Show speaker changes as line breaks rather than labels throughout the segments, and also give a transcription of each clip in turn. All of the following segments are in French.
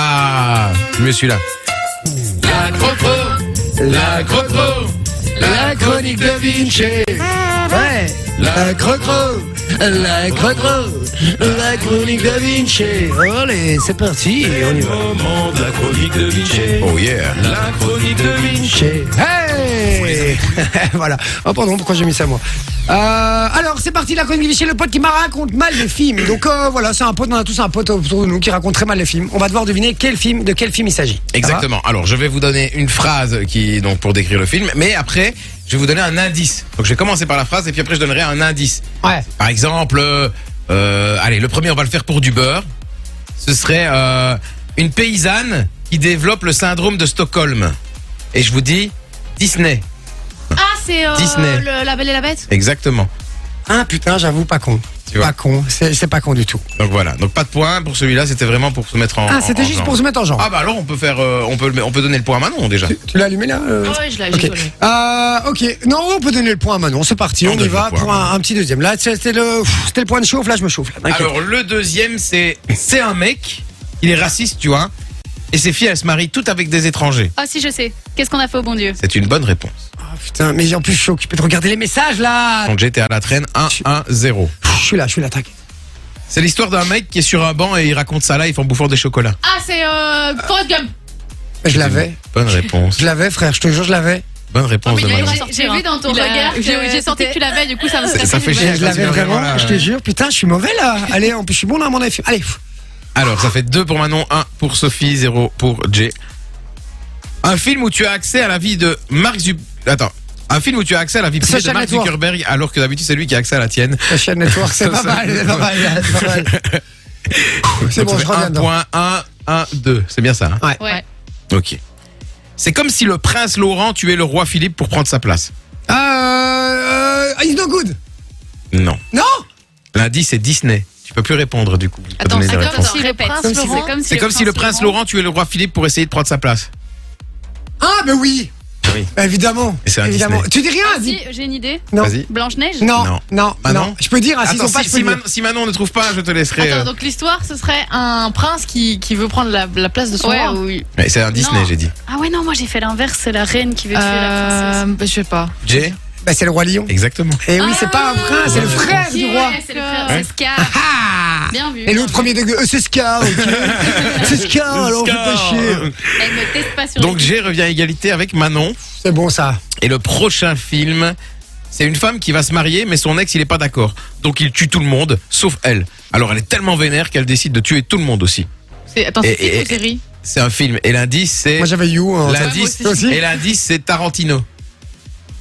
Ah, mais celui-là.
La crocro, la crocro, la chronique de Vinci.
Ouais.
La crocro, la crocro, la chronique de Vinci.
Allez, c'est parti. On y va.
Moment de la chronique de Vinci.
Oh yeah.
La chronique de Vinci.
Hey Voilà. Oh pardon, pourquoi j'ai mis ça moi Euh, Alors c'est parti la chronique Vichy, le pote qui m'a raconte mal les films. Donc euh, voilà, c'est un pote, on a tous un pote autour de nous qui raconte très mal les films. On va devoir deviner quel film, de quel film il s'agit. Ça va
Exactement. Alors, je vais vous donner une phrase qui donc pour décrire le film, mais après, je vais vous donner un indice. Donc, je vais commencer par la phrase et puis après, je donnerai un indice.
Ouais.
Par exemple, euh, euh, allez, le premier, on va le faire pour du beurre. Ce serait euh, une paysanne qui développe le syndrome de Stockholm. Et je vous dis Disney.
Ah, c'est euh,
Disney.
le- La Belle et la Bête
Exactement.
Ah putain, j'avoue pas con.
Tu vois.
Pas con, c'est c'est pas con du tout.
Donc voilà. Donc pas de point pour celui-là. C'était vraiment pour se mettre en.
Ah,
en-
c'était
en
juste
genre.
pour se mettre en genre.
Ah bah alors on peut faire, euh, on peut, le- on peut donner le point à Manon déjà.
Tu l'as allumé là euh
Ah ouais, je l'ai,
Ok.
j'ai donné.
Euh, ok. Non, on peut donner le point à Manon. C'est parti.
On
On, y
donne
va
le point,
pour un, un petit deuxième. Là, c'était le, pff, c'était le point de chauffe. Là, je me chauffe. là. T'inquiète.
Alors le deuxième c'est, c'est un mec. Il est raciste, tu vois. Et ses filles, elles se marient toutes avec des étrangers.
Ah, si, je sais. Qu'est-ce qu'on a fait au bon Dieu
C'est une bonne réponse.
Ah, putain, mais en plus, je suis occupé de regarder les messages là.
Donc j'étais à la traîne 1-1-0.
Pff, Je suis là, je suis là. T'inquiète.
C'est l'histoire d'un mec qui est sur un banc et il raconte sa life en bouffant des chocolats.
Ah, c'est euh, Forrest Gump.
Je l'avais.
Bonne réponse.
Je l'avais, frère. Je te jure, je l'avais.
Bonne réponse de
J'ai-
Manon.
j'ai- J'ai vu dans ton regard. que
j'ai- j'ai senti
c'était-
que tu l'avais, du coup ça me
Ça-
stressait.
ça fait
du
chier.
mal.
Je l'avais
tu l'avais
vraiment.
vraiment, là,
Je te
ouais.
jure. Putain, je suis mauvais là. Allez, en plus, je suis bon là, mon avis. Allez. pff.
Alors ça fait 2 pour Manon, 1 pour Sophie, 0 pour Jay. Un film où tu as accès à la vie de Mark Zuc... Attends. Un film où tu as accès à la vie privée de
Social
Mark
Network.
Zuckerberg alors que d'habitude c'est lui qui a accès à la tienne.
Social Network, c'est pas
Ça,
mal.
ça-
C'est pas mal. c'est pas mal. C'est bon,
Donc, ça
je
fait
reviens
1
dedans.
point, 1, 1, 2. C'est bien ça. hein
Ouais.
ok. C'est comme si le prince Laurent tuait le roi Philippe pour prendre sa place.
Euh, euh, It's no good.
Non.
Non.
L'indice c'est Disney. Tu peux plus répondre du coup. Je peux
Attends,
donner
c'est
des
comme
réponses.
si le
Répète.
prince
Comme si
Laurent-
c'est comme
C'est comme si le prince Laurent tuait le roi Philippe pour essayer de prendre sa place.
Ah, mais oui.
Oui.
Bah, Évidemment.
Et c'est un
Évidemment.
Disney.
Tu dis rien.
Ah,
dis-
si, j'ai une idée.
Non.
Vas-y.
Blanche-Neige
Non.
Non, non, non,
Manon
Je peux dire, hein, s'ils
Attends,
ont pas,
si,
je peux
si
dire.
Manon, si Manon ne trouve pas, je te laisserai.
Attends,
euh,
donc l'histoire ce serait un prince qui, qui veut prendre la, la place de son
Ouais,
roi
oui.
Mais c'est un Disney,
Non.
j'ai dit.
Ah, ouais, non, moi j'ai fait l'inverse. C'est la reine qui veut tuer la
Euh,
princesse.
bah, je sais pas.
Jay
Bah, c'est le roi lion.
Exactement.
Et oui, c'est pas un
Ah,
prince, c'est le frère du roi.
Ouais, C'est le frère,
Hein
c'est Scar.
Ah
Bien vu.
Et l'autre premier degré, euh, c'est Scar, ok. c'est Scar, Oh, alors on fait pas chier.
Elle me teste pas sur
Donc
les-
Jay revient à égalité avec Manon.
C'est bon ça.
Et le prochain film, c'est une femme qui va se marier, mais son ex, il est pas d'accord. Donc il tue tout le monde, sauf elle. Alors elle est tellement vénère qu'elle décide de tuer tout le monde aussi.
C'est- Attends,
Et-
c'est
et-
film ou série
C'est un film. Et l'indice, c'est.
Moi j'avais You. hein, ça-
L'indice,
Toi aussi
et l'indice, c'est Tarantino.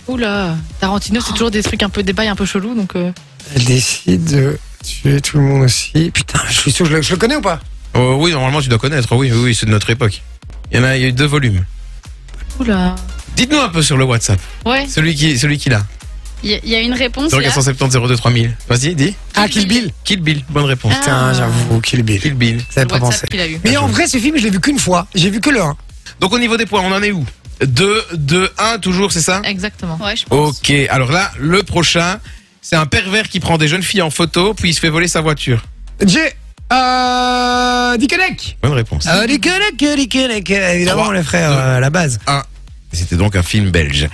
Oula, Tarantino c'est toujours des trucs un peu des bails un peu chelous donc. euh,
Elle décide de tuer tout le monde aussi. Putain, je suis sûr, je le, je le connais ou pas
Oh, oui, normalement, tu dois connaître. Oui, oui, oui, c'est de notre époque. Il y en a, il y a eu deux volumes.
Oula.
Dites-nous un peu sur le WhatsApp.
Ouais,
Celui qui, celui qui l'a.
il y, a- il y a une réponse. là.
0470 02 3000. Vas-y, dis.
Ah, Kill Bill.
Kill Bill, bonne réponse.
Ah.
Putain, j'avoue, Kill Bill.
Kill Bill.
J'avais
le
pas
WhatsApp
pensé.
qu'il a eu.
Mais en vrai, ce film, je l'ai vu qu'une fois. J'ai vu que le 1.
Donc au niveau des points, on en est où 2, 2, 1, toujours, c'est ça
Exactement.
Ouais, je pense.
Ok, alors là, le prochain, c'est un pervers qui prend des jeunes filles en photo, puis il se fait voler sa voiture.
J'ai. Euh. Dickeneck.
Bonne réponse.
Euh, Dickeneck, Dickeneck. Évidemment,
Trois,
les frères,
deux.
euh, à la base.
C'était donc un film belge.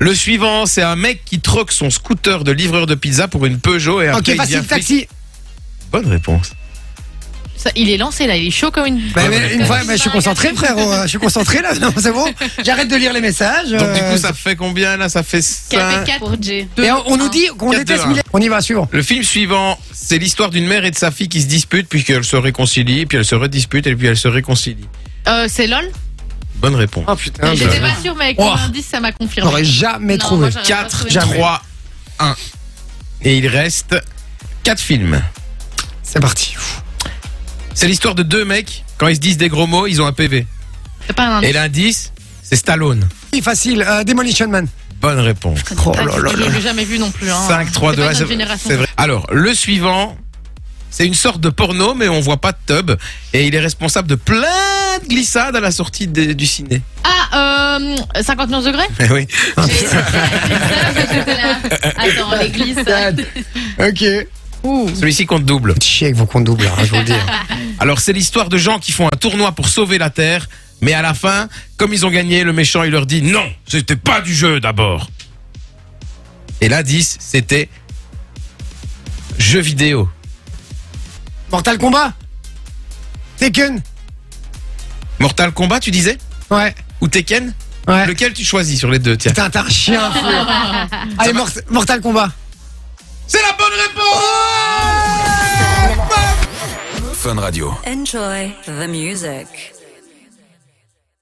Le suivant, c'est un mec qui troque son scooter de livreur de pizza pour une Peugeot et après il
Ok,
devient
facile,
flic.
taxi.
Bonne réponse.
Ça, il est lancé là, il est chaud comme une.
Bah,
Ouais,
mais
ouais,
une
ouais.
fois, mais je suis concentré, frérot. euh, Je suis concentré là. Non, c'est bon. J'arrête de lire les messages.
Donc du
euh,
coup, ça fait combien là Ça fait cinq.
Avec 4 pour J.
Et on, on nous dit qu'on
Quatre,
déteste
deux, un.
Millet. On y va, suivant.
Le film suivant, c'est l'histoire d'une mère et de sa fille qui se disputent, puis qu'elles se réconcilient, puis elles se redisputent, et puis elles se réconcilient.
Euh, c'est LOL
Bonne réponse.
Ah,
Oh putain,
J'étais
je-
pas sûre, mais avec
Oh.
l'indice ça m'a confirmé.
j'aurais jamais
Non,
trouvé.
moi, j'aurais pas
4,
trouvé.
jamais.
3, 1. Et il reste 4 films.
C'est parti.
C'est l'histoire de deux mecs, quand ils se disent des gros mots, ils ont un PV.
C'est pas un indice.
Et l'indice, c'est Stallone.
Oui, Facile. euh, Demolition Man.
Ah,
Bonne réponse.
Oh là
Ah,
là
je
là.
l'ai jamais vu non plus. Hein.
5, 3,
C'est
2,
pas
1.
notre génération.
C'est vrai. Alors, le suivant, c'est une sorte de porno, mais on voit pas de tub. Et il est responsable de plein de glissades à la sortie des- du ciné.
Ah, euh, 59 degrés
Eh oui.
Attends, l'église.
Ok.
Ouh.
Celui-ci compte double.
Chier avec vos comptes doubles, hein, je vous le dis.
Alors c'est l'histoire de gens qui font un tournoi pour sauver la Terre, mais à la fin, comme ils ont gagné, le méchant il leur dit non, c'était pas du jeu d'abord. Et l'indice, c'était jeu vidéo.
Mortal Kombat Tekken
Mortal Kombat, tu disais
Ouais.
Ou Tekken
Ouais.
Lequel tu choisis sur les deux Tiens.
Putain, t'es un chien, fou. Allez, Mort- Mortal Kombat.
C'est la bonne réponse
Enjoy the music.